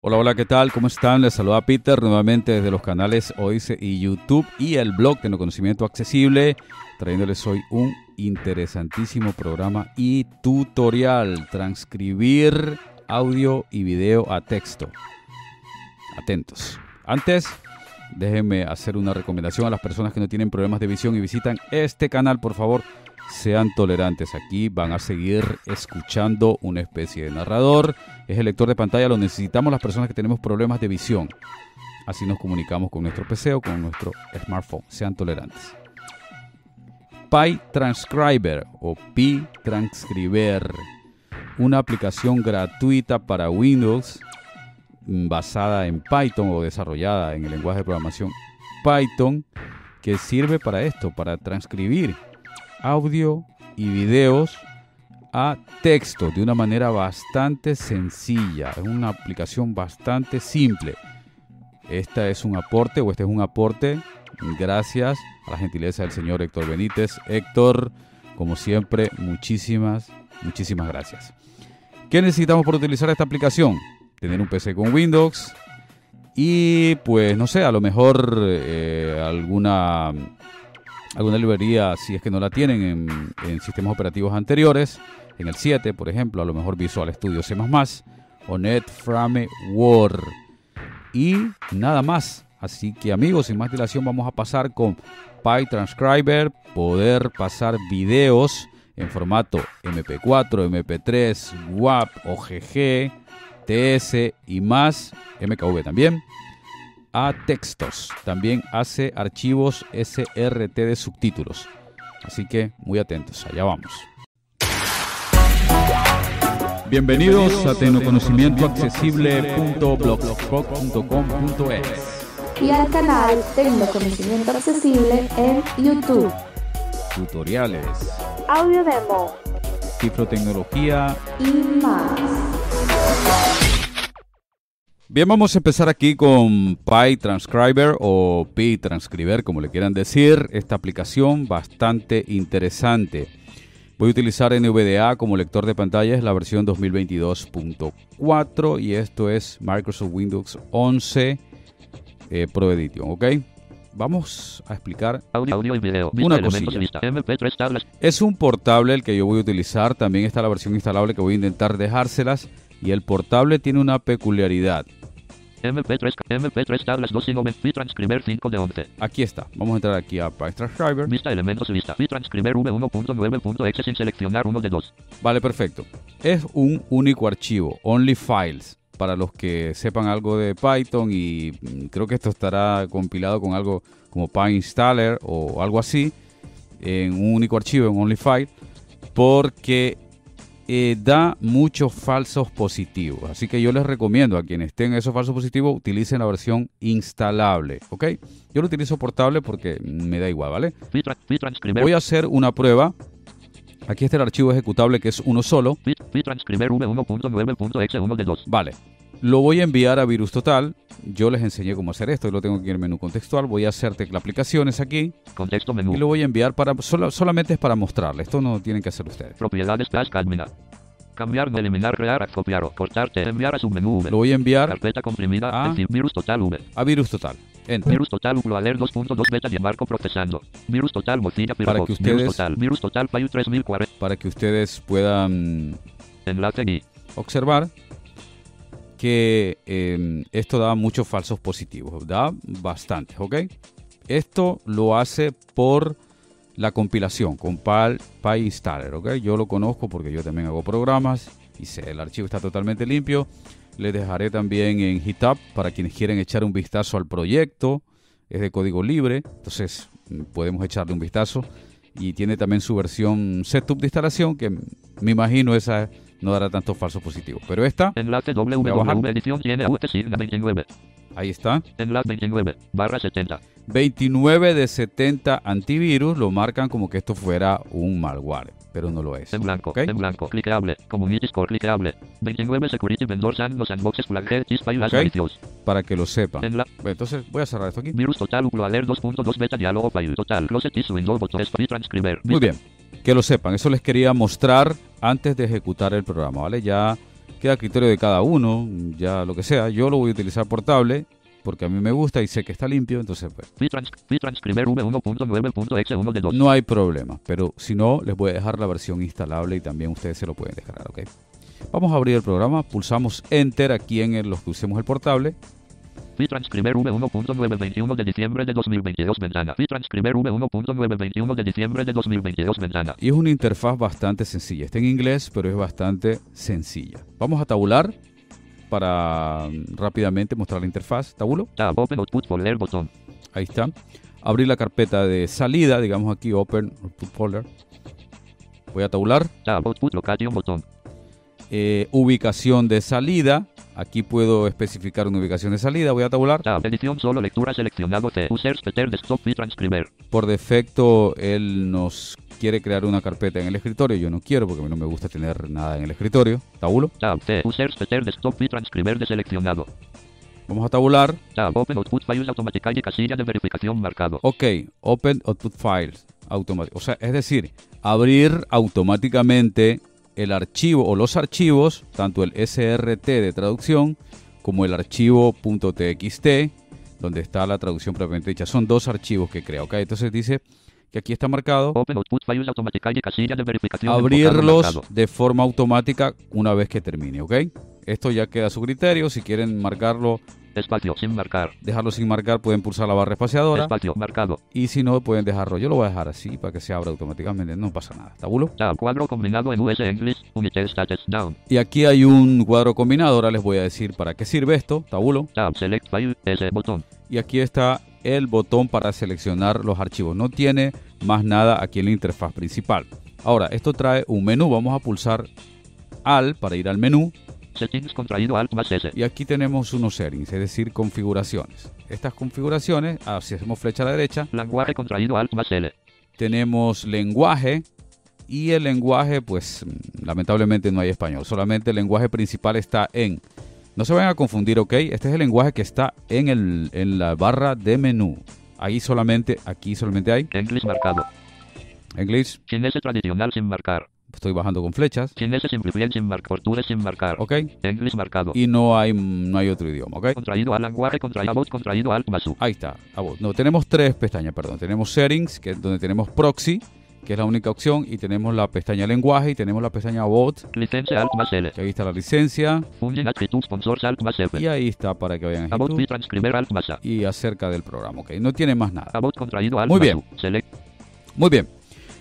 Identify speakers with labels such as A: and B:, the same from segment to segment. A: Hola, hola, ¿qué tal? ¿Cómo están? Les saluda Peter nuevamente desde los canales Oise y YouTube y el blog Tecnoconocimiento Accesible, trayéndoles hoy un interesantísimo programa y tutorial, transcribir audio y video a texto. Atentos. Antes, déjenme hacer una recomendación a las personas que no tienen problemas de visión y visitan este canal, por favor. Sean tolerantes, aquí van a seguir escuchando una especie de narrador. Es el lector de pantalla, lo necesitamos las personas que tenemos problemas de visión. Así nos comunicamos con nuestro PC o con nuestro smartphone. Sean tolerantes. PyTranscriber o PyTranscriber, una aplicación gratuita para Windows mm, basada en Python o desarrollada en el lenguaje de programación Python que sirve para esto, para transcribir audio y videos a texto de una manera bastante sencilla. Es una aplicación bastante simple. Esta es un aporte o este es un aporte gracias a la gentileza del señor Héctor Benítez. Héctor, como siempre, muchísimas, muchísimas gracias. ¿Qué necesitamos para utilizar esta aplicación? Tener un PC con Windows y pues no sé, a lo mejor eh, alguna alguna librería, si es que no la tienen en, en, sistemas operativos anteriores, en el 7, por ejemplo, a lo mejor Visual Studio C++, o NetFrame Word. Y nada más. Así que amigos, sin más dilación vamos a pasar con PyTranscriber, poder pasar videos en formato MP4, MP3, WAP, OGG, TS y más, MKV también a textos. También hace archivos SRT de subtítulos. Así que muy atentos, allá vamos.
B: Bienvenidos, Bienvenidos a tecnoconocimientoaccesible.blogspot.com.es
C: y al canal Tecnoconocimiento Accesible en YouTube.
A: Tutoriales,
C: audio demo,
A: cifrotecnología
C: y más.
A: Bien, vamos a empezar aquí con PyTranscriber o PyTranscriber, como le quieran decir, esta aplicación bastante interesante. Voy a utilizar NVDA como lector de pantalla, es la versión 2022.4 y esto es Microsoft Windows 11 eh, Pro Edition, ¿ok? Vamos a explicar
D: audio, y video.
A: una cosilla. Es un portable el que yo voy a utilizar, también está la versión instalable que voy a intentar dejárselas y el portable tiene una peculiaridad.
D: MP3, MP3 tablas 2 y no transcriber 5 de 11.
A: Aquí está. Vamos a entrar aquí a PyTranscriber.
D: Vista elementos vista. transcriber V1.9.exe sin seleccionar uno de dos.
A: Vale, perfecto. Es un único archivo, only files. Para los que sepan algo de Python y mm, creo que esto estará compilado con algo como PyInstaller o algo así, en un único archivo, en only file, porque eh, da muchos falsos positivos. Así que yo les recomiendo a quienes tengan esos falsos positivos, utilicen la versión instalable. ¿Ok? Yo lo utilizo portable porque me da igual, ¿vale? Voy a hacer una prueba. Aquí está el archivo ejecutable que es uno solo. Vale. Lo voy a enviar a Virus Total. Yo les enseñé cómo hacer esto. Yo lo tengo aquí en el menú contextual. Voy a hacer tecla aplicaciones aquí.
D: Contexto menú.
A: Y lo voy a enviar para solo, solamente es para mostrarle. Esto no tienen que hacer ustedes.
D: Propiedades task admin. Cambiar, eliminar, crear, copiar o cortarte, enviar a submenú
A: V. Lo voy a Ah. enviar
D: carpeta comprimida a decir, virus total V.
A: A virus total. Enter.
D: Virus total URL 2.2 beta de marco procesando. Virus total Mozilla
A: Para que ustedes
D: virus total, virus total 3040.
A: Para que ustedes puedan
D: enlace y
A: observar que eh, esto da muchos falsos positivos, da bastantes, ¿ok? Esto lo hace por la compilación con PyInstaller, ¿ok? Yo lo conozco porque yo también hago programas y sé, el archivo está totalmente limpio. Les dejaré también en GitHub para quienes quieren echar un vistazo al proyecto. Es de código libre, entonces mm, podemos echarle un vistazo. Y tiene también su versión setup de instalación, que me imagino esa es no dará tantos falsos positivos. Pero esta.
D: Enlace www edición tiene signa 29.
A: Ahí está.
D: Enlace 29, barra 70.
A: 29 de 70 antivirus lo marcan como que esto fuera un malware, pero no lo es.
D: En blanco, ¿okay? en blanco, cliqueable, community score, cliqueable. 29 security vendor and los sandboxes flag
A: okay. Para que lo sepan. En la... bueno, entonces voy a cerrar esto aquí.
D: Virus total, uploader 2.2 beta diálogo file total, closet is window botón, transcriber.
A: Muy bien, que lo sepan, eso les quería mostrar antes de ejecutar el programa, ¿vale? Ya Queda a criterio de cada uno, ya lo que sea. Yo lo voy a utilizar portable porque a mí me gusta y sé que está limpio, entonces pues
D: Bitrans, bitranscriber v1.9.exe1 de 2.
A: no hay problema. Pero si no, les voy a dejar la versión instalable y también ustedes se lo pueden descargar, ¿ok? Vamos a abrir el programa, pulsamos Enter aquí en el- los que usemos el portable
D: Bitranscriber v1.9.21 de diciembre de 2022 ventana. Bitranscriber v1.9.21 de diciembre de 2022 ventana.
A: y es una interfaz bastante sencilla. Está en inglés, pero es bastante sencilla. Vamos a tabular para mm, rápidamente mostrar la interfaz. Tabulo,
D: Tab open output folder botón.
A: ahí está. Abrir la carpeta de salida, digamos aquí Open Output Folder. Voy a tabular.
D: Tab output location botón.
A: Eh, ubicación de salida. Aquí puedo especificar una ubicación de salida. Voy a tabular.
D: Tab edición solo lectura seleccionado C. Users Peter desktop bitranscriber.
A: Por defecto, él nos quiere crear una carpeta en el escritorio. Yo no quiero porque a mí no me gusta tener nada en el escritorio. Tabulo.
D: Tab C. Users Peter desktop bitranscriber deseleccionado.
A: Vamos a tabular.
D: Tab open output files automática y casilla de verificación marcado.
A: Ok, Open Output Files. automático. O sea, es decir, abrir automáticamente el archivo o los archivos, tanto el SRT de traducción como el archivo .txt, donde está la traducción propiamente dicha. Son dos archivos que crea, ok. Entonces dice que aquí está marcado
D: Open output files automática y casilla de verificación
A: abrirlos
D: marcado.
A: de forma automática una vez que termine, ok. Esto ya queda a su criterio. Si quieren marcarlo,
D: Espacio sin marcar.
A: dejarlo sin marcar, pueden pulsar la barra espaciadora.
D: Espacio marcado.
A: Y si no, pueden dejarlo. Yo lo voy a dejar así para que se abra automáticamente. No pasa nada. Tabulo.
D: Tab cuadro combinado en US English. Unité status down.
A: Y aquí hay un cuadro combinado. Ahora les voy a decir para qué sirve esto. Tabulo.
D: Tab select file. S botón.
A: Y aquí está el botón para seleccionar los archivos. No tiene más nada aquí en la interfaz principal. Ahora, esto trae un menú. Vamos a pulsar al para ir al menú.
D: Settings contraído alt más S.
A: Y aquí tenemos unos settings, es decir, configuraciones. Estas configuraciones, ah, si hacemos flecha a la derecha,
D: Lenguaje contraído alt más L.
A: tenemos lenguaje y el lenguaje, pues mm, lamentablemente no hay español, solamente el lenguaje principal está en. No se vayan a confundir, ¿ok? Este es el lenguaje que está en, el, en la barra de menú. Ahí solamente, aquí solamente hay
D: English marcado.
A: inglés.
D: Chinese tradicional sin marcar.
A: Estoy bajando con flechas,
D: Chinese simplified sin marcar. Portugués sin marcar.
A: ¿ok?
D: English marcado.
A: Y no hay, mm, no hay otro idioma, ¿ok?
D: Contraído al lenguaje contraído voz contraído alt más U.
A: Ahí está. Ah, bueno, No, tenemos tres pestañas, perdón. Tenemos settings, que es donde tenemos proxy, que es la única opción, y tenemos la pestaña lenguaje y tenemos la pestaña bot,
D: Licencia alt más L.
A: que ahí está la licencia,
D: Funding actitud sponsors alt más F.
A: Y ahí está para que vayan a
D: About
A: YouTube
D: transcriber alt más A.
A: y acerca del programa, ok. No tiene más nada.
D: About contraído alt
A: Muy
D: más
A: bien.
D: U. Select.
A: Muy bien.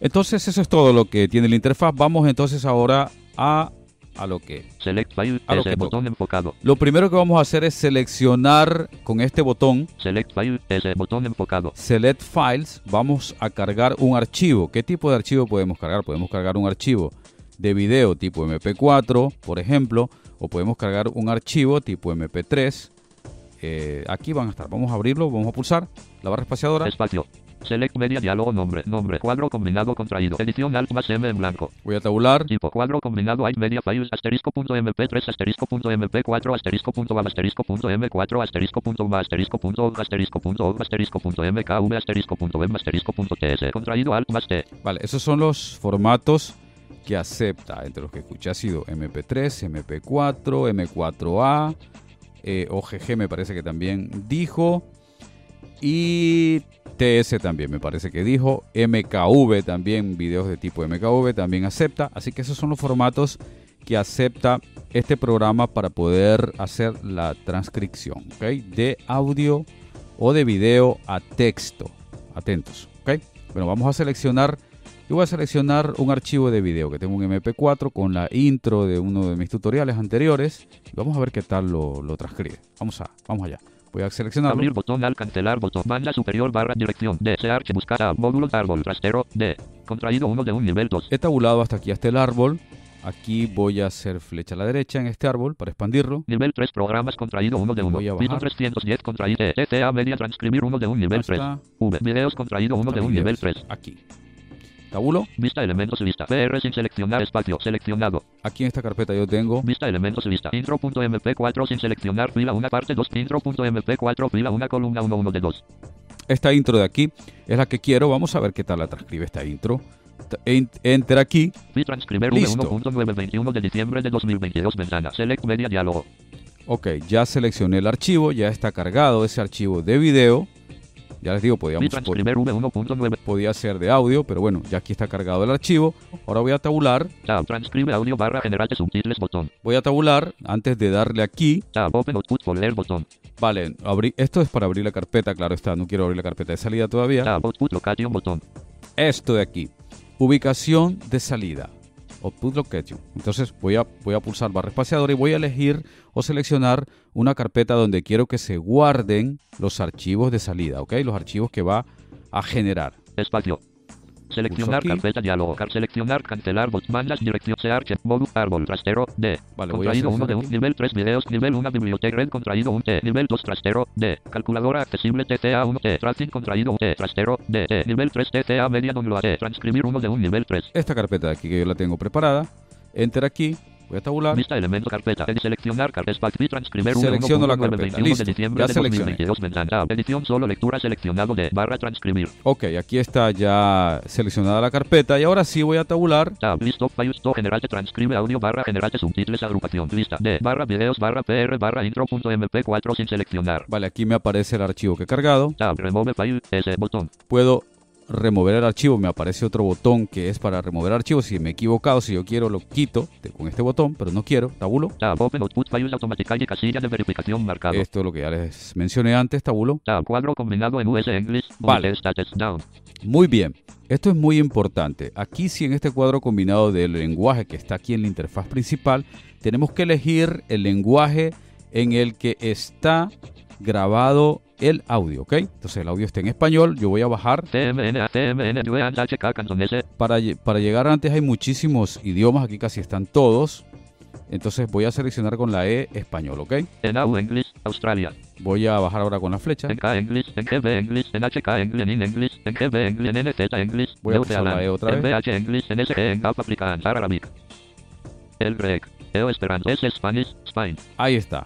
A: Entonces eso es todo lo que tiene la interfaz. Vamos entonces ahora a, a lo que.
D: Select file.
A: A lo
D: S
A: que
D: botón enfocado.
A: Lo primero que vamos a hacer es seleccionar con este botón
D: Select file. S botón enfocado.
A: Select Files. Vamos a cargar un archivo. ¿Qué tipo de archivo podemos cargar? Podemos cargar un archivo de video tipo MP4, por ejemplo, o podemos cargar un archivo tipo MP3. Eh, aquí van a estar. Vamos a abrirlo, vamos a pulsar la barra espaciadora.
D: Espacio. Select media diálogo nombre. Nombre. Cuadro combinado contraído. Edición alt más M en blanco.
A: Voy a tabular.
D: Tipo cuadro combinado hay media files asterisco punto mp3 asterisco punto mp4 asterisco punto wab asterisco punto m4 asterisco punto ma asterisco punto org asterisco punto org asterisco punto mkv asterisco punto em asterisco punto ts contraído alt más t
A: Vale, esos son los formatos que acepta. Entre los que escuché ha sido MP3, MP4, M4A, eh, OGG me parece que también dijo. Y TS también me parece que dijo. MKV también, videos de tipo MKV también acepta. Así que esos son los formatos que acepta este programa para poder hacer la transcripción ¿ok? de audio o de video a texto. Atentos. ¿ok? Bueno, vamos a seleccionar. Yo voy a seleccionar un archivo de video que tengo un MP4 con la intro de uno de mis tutoriales anteriores. Vamos a ver qué tal lo, lo transcribe. Vamos a, vamos allá. Voy a seleccionarlo.
D: abrir botón al cancelar botón banda superior barra dirección d search buscar a módulo árbol trastero d contraído uno de un nivel 2
A: He tabulado hasta aquí, hasta el árbol. Aquí voy a hacer flecha a la derecha en este árbol para expandirlo.
D: Nivel 3 programas contraído uno de
A: Voy a
D: 1.
A: bajar.
D: Pino 310 contraído ECA media transcribir uno de un nivel 3.
A: Hasta-
D: V videos contraído uno de
A: hasta
D: un nivel
A: videos.
D: 3.
A: Aquí. Tabulo.
D: Vista elementos vista. PR sin seleccionar espacio seleccionado.
A: Aquí en esta carpeta yo tengo
D: Vista elementos vista. Intro.mp4 sin seleccionar fila 1 parte 2. Intro.mp4 fila 1 columna 1 1 de 2.
A: esta intro de aquí. Es la que quiero. Vamos a ver qué tal la transcribe esta intro. en- enter aquí.
D: Pi transcriber
A: Listo.
D: V1.921 de diciembre de 2022. Ventana. Select media diálogo.
A: Ok, ya seleccioné el archivo, ya está cargado ese archivo de video. Ya les digo,
D: Pi
A: podíamos, po-
D: transcriber V1.9.
A: podía ser de audio, pero bueno, ya aquí está cargado el archivo. Ahora voy a tabular,
D: Tab. Transcribe audio barra general de subtítulos botón.
A: voy a tabular antes de darle aquí.
D: Tab. Open output folder botón.
A: Vale, abrí, esto es para abrir la carpeta, claro está, no quiero abrir la carpeta de salida todavía.
D: Tab. Output location botón.
A: Esto de aquí, ubicación de salida, output location. Entonces voy a, voy a pulsar barra espaciadora y voy a elegir o seleccionar una carpeta donde quiero que se guarden los archivos de salida, ¿ok? Los archivos que va a generar.
D: Espacio. Seleccionar
A: aquí.
D: carpeta diálogo. Car- seleccionar cancelar bot. Mandas dirección search. Modu árbol trastero D.
A: Vale, voy a
D: contraído 1
A: seleccionar
D: de un
A: aquí.
D: nivel 3 videos. Nivel 1 biblioteca red contraído 1 T. Nivel 2 trastero D. Calculadora accesible TCA 1 T. Tracking contraído 1 T. Trastero D. T. Nivel 3 TCA media no lo T. Transcribir 1 de un nivel 3.
A: Esta carpeta de aquí que yo la tengo preparada, enter aquí, voy a tabular.
D: Vista elemento carpeta. Edit, Seleccionar carpeta. Espacio. Y Transcriber uno,
A: Selecciono la
D: 1.9,
A: carpeta.
D: 21
A: Listo.
D: de diciembre
A: Ya
D: de
A: seleccioné.
D: 2022. Ventana. Edición solo lectura seleccionado de barra transcribir.
A: Ok, aquí está ya seleccionada la carpeta y ahora sí voy a tabular.
D: Tab. Listo. Payusto. General de transcribe audio barra general de subtítulos agrupación. Lista de barra videos barra pr barra intro.mp4 sin seleccionar.
A: Vale, aquí me aparece el archivo que he cargado.
D: Tab. Remove file. S botón.
A: Puedo remover el archivo, me aparece otro botón que es para remover archivos. Si me he equivocado, si yo quiero, lo quito te- con este botón, pero no quiero, tabulo.
D: Tab. Open output file automática y casilla de verificación marcado.
A: Esto es lo que ya les mencioné antes, tabulo.
D: Tab. Cuadro combinado en US English.
A: Vale.
D: Multi Status down.
A: Muy bien, esto es muy importante. Aquí sí, en este cuadro combinado del lenguaje que está aquí en la interfaz principal, tenemos que elegir el lenguaje en el que está grabado el audio, ¿ok? Entonces el audio está en español, yo voy a bajar.
D: CMN CMN UN HK cantonese.
A: Para, lle- para llegar antes hay muchísimos idiomas, aquí casi están todos. Entonces voy a seleccionar con la E español, ¿ok?
D: En AU English. Australia.
A: Voy a bajar ahora con la flecha.
D: En K English, en GB English, en HK English, en English, en GB English, en NZ English,
A: Voy a pulsar la E otra
D: en
A: vez.
D: BH English, en SG, en Gap Afrikaans, Arabic. El Greg, EO Esperanto, S Spanish, Spain,
A: Ahí está.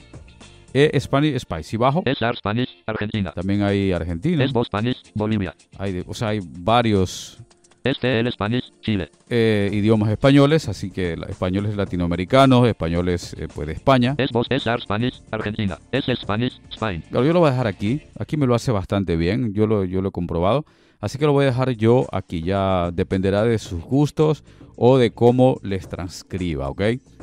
A: E Spanish Spice. Y bajo.
D: SR Spanish, Argentina,
A: También hay argentino.
D: SBO Spanish, Bolivia,
A: Hay de- o sea, hay varios
D: STL Spanish, Chile,
A: eh, idiomas españoles, así que la- españoles latinoamericanos, españoles eh, pues de España.
D: SBO SR Spanish, Argentina, S Spanish, Spain,
A: Claro, yo lo voy a dejar aquí. Aquí me lo hace bastante bien. Yo lo, yo lo he comprobado. Así que lo voy a dejar yo aquí. Ya dependerá de sus gustos o de cómo les transcriba, ¿ok?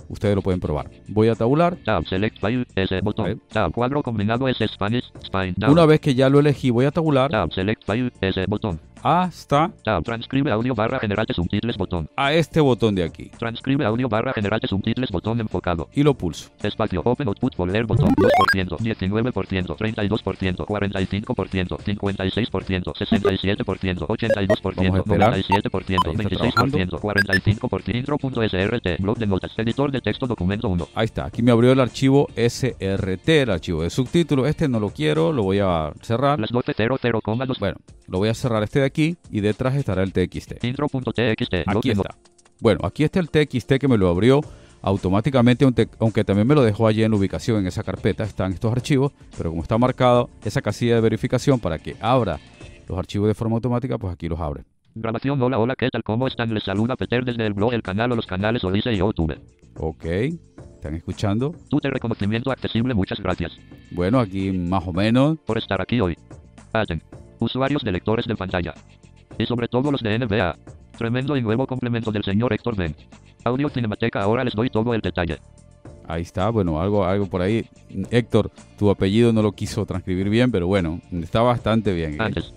A: Ustedes lo pueden probar. Voy a tabular.
D: Tab Select File, S
A: A ver.
D: botón, Tab cuadro combinado S Spanish, Spain, Tab,
A: Una vez que ya lo elegí, voy a tabular
D: Tab Select File, S botón,
A: hasta
D: Tab transcribe audio barra general de subtítulos botón,
A: a este botón de aquí.
D: transcribe audio barra general de subtítulos botón enfocado.
A: Y lo pulso.
D: Espacio, open output folder botón, 2%, 19%, 32%, 45%, 56%, 67%, 82%,
A: esperar. Ahí
D: 97%,
A: está
D: 26%, 45%, intro.srt, blog de notas, editor de texto, documento 1.
A: Ahí está. Aquí me abrió el archivo SRT, el archivo de subtítulo. Este no lo quiero, lo voy a cerrar.
D: Las 12.00,2,
A: Bueno, lo voy a cerrar este de aquí y detrás estará el TXT.
D: intro.txt, blog
A: Aquí
D: de
A: está. Bueno, aquí está el TXT que me lo abrió automáticamente, aunque- aunque también me lo dejó allí en la ubicación, en esa carpeta, están estos archivos, pero como está marcado esa casilla de verificación para que abra los archivos de forma automática, pues aquí los abre.
D: Grabación, hola, hola, ¿qué tal? ¿Cómo están? Les saluda Peter desde el blog, el canal o los canales Odise y YouTube.
A: Ok, ¿están escuchando?
D: Twitter, reconocimiento accesible, muchas gracias
A: Bueno, aquí más o menos.
D: por estar aquí hoy. Hacen. Usuarios de lectores de pantalla. Y sobre todo los de NBA. Tremendo y nuevo complemento del señor Héctor Ben. Audio Cinemateca, ahora les doy todo el detalle.
A: Ahí está, bueno, algo, algo por ahí. Héctor, tu apellido no lo quiso transcribir bien, pero bueno, está bastante bien. ¿eh?
D: Antes.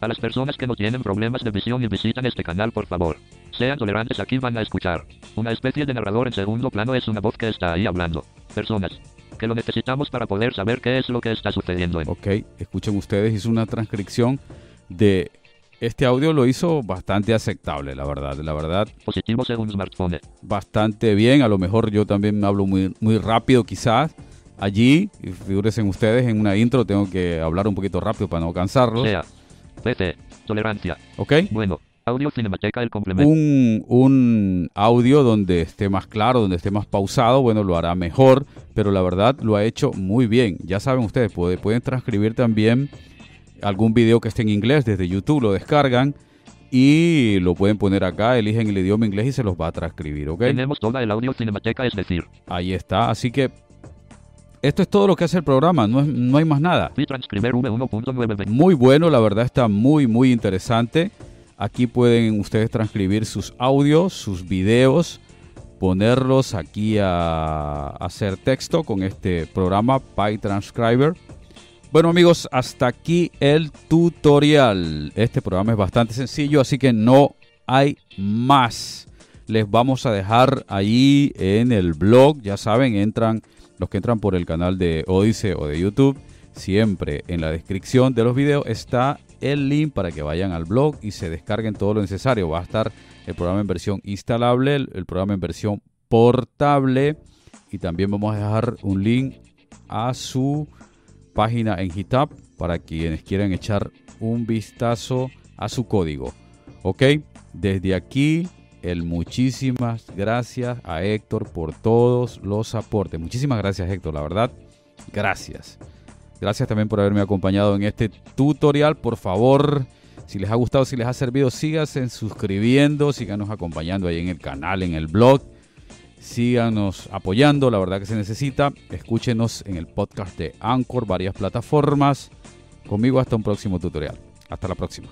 D: A las personas que no tienen problemas de visión y visitan este canal, por favor. Sean tolerantes, aquí van a escuchar. Una especie de narrador en segundo plano es una voz que está ahí hablando. Personas. Que lo necesitamos para poder saber qué es lo que está sucediendo en...
A: Ok, escuchen ustedes, hizo una transcripción de este audio, lo hizo bastante aceptable, la verdad. La verdad,
D: Positivo según smartphone.
A: bastante bien. A lo mejor yo también hablo muy, muy rápido, quizás. Allí, y figúrense ustedes, en una intro tengo que hablar un poquito rápido para no cansarlos.
D: Sea. PT. Tolerancia.
A: ¿Ok?
D: Bueno. Audio Cinemateca, el complemento.
A: Un, un audio donde esté más claro, donde esté más pausado, bueno, lo hará mejor, pero la verdad lo ha hecho muy bien. Ya saben ustedes, puede- pueden transcribir también algún video que esté en inglés desde YouTube, lo descargan y lo pueden poner acá, eligen el idioma inglés y se los va a transcribir, ¿ok?
D: Tenemos toda el audio cinemateca, es decir,
A: Ahí está, así que esto es todo lo que hace el programa, no, es- no hay más nada.
D: y transcriber V1.9.
A: Muy bueno, la verdad está muy, muy interesante. Aquí pueden ustedes transcribir sus audios, sus videos, ponerlos aquí a, a hacer texto con este programa PyTranscriber. Bueno amigos, hasta aquí el tutorial. Este programa es bastante sencillo, así que no hay más. Les vamos a dejar ahí en el blog, ya saben, entran los que entran por el canal de Odyssey o de YouTube, siempre en la descripción de los videos está el link para que vayan al blog y se descarguen todo lo necesario. Va a estar el programa en versión instalable, el el programa en versión portable y también vamos a dejar un link a su página en GitHub para quienes quieran echar un vistazo a su código. Ok, desde aquí el muchísimas gracias a Héctor por todos los aportes. Muchísimas gracias Héctor, la verdad, gracias. Gracias también por haberme acompañado en este tutorial. Por favor, si les ha gustado, si les ha servido, síganse suscribiendo, síganos acompañando ahí en el canal, en el blog. Síganos apoyando, la verdad que se necesita. Escúchenos en el podcast de Anchor, varias plataformas. Conmigo hasta un próximo tutorial. Hasta la próxima.